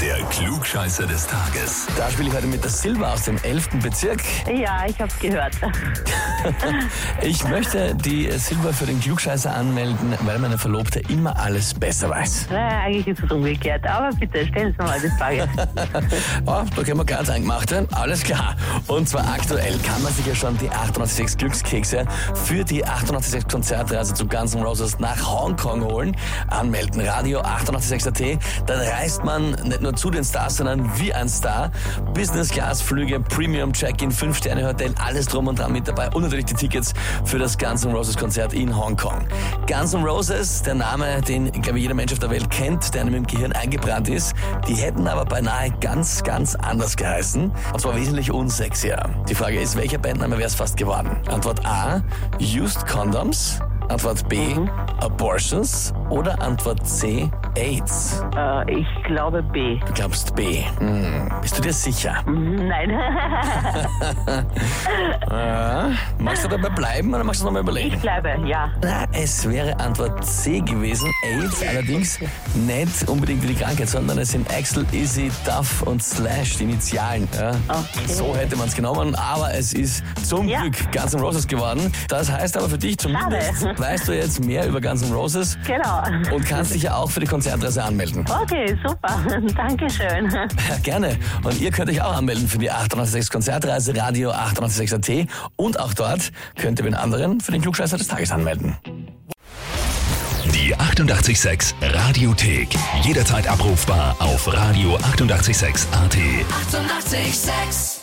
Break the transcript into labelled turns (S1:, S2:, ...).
S1: Der Klugscheißer des Tages.
S2: Da spiele ich heute mit der Silva aus dem 11. Bezirk.
S3: Ja, ich hab's gehört.
S2: Ich möchte die Silva für den Klugscheißer anmelden, weil meine Verlobte immer alles besser weiß.
S3: Na, eigentlich ist es umgekehrt. Aber bitte, stellen Sie mal die Frage.
S2: Oh, da gehen wir ganz eingemacht, hein? alles klar. Und zwar aktuell kann man sich ja schon die 886 Glückskekse für die 886 Konzertreise zu Guns N' Roses nach Hongkong holen. Anmelden, Radio 886.at. Dann reist man nicht nur zu den Stars, sondern wie ein Star. Business-Class-Flüge, Premium-Check-In, 5-Sterne-Hotel, alles drum und dran mit dabei. Und natürlich die Tickets für das Guns N' Roses-Konzert in Hongkong. Guns N' Roses, der Name, den, glaube ich, jeder Mensch auf der Welt kennt, der einem im Gehirn eingebrannt ist. Die hätten aber beinahe ganz, ganz anders geheißen. Und zwar wesentlich unsexier. Die Frage ist, welcher Bandname wäre es fast geworden? Antwort A, Used Condoms. Antwort B, Abortions. Oder Antwort C, AIDS.
S3: äh, ich glaube B.
S2: Du glaubst B. Hm, bist du dir sicher?
S3: Mhm, Nein,
S2: Ja. Magst du dabei bleiben oder magst du nochmal überlegen?
S3: ich bleibe, ja.
S2: Na, es wäre Antwort C gewesen. AIDS allerdings nicht unbedingt die Krankheit, sondern es sind Axel, Izzy, Duff und Slash, die Initialen. Ja.
S3: Okay.
S2: So hätte man es genommen, aber es ist zum
S3: Ja.
S2: Glück Guns N' Roses geworden. Das heißt aber für dich zumindest,
S3: Schade.
S2: weißt du jetzt mehr über Guns N' Roses
S3: Genau.
S2: und kannst dich ja auch für die Konzertreise anmelden.
S3: Okay, super. Dankeschön.
S2: Ja, gerne. Und ihr könnt euch auch anmelden für die 886 Konzertreise Radio 886 AT und auch dort könnt ihr den anderen für den Klugscheißer des Tages anmelden.
S1: Die 88,6 Radiothek. Jederzeit abrufbar auf radio886.at. 88,6.
S4: Eighty-eight, sex.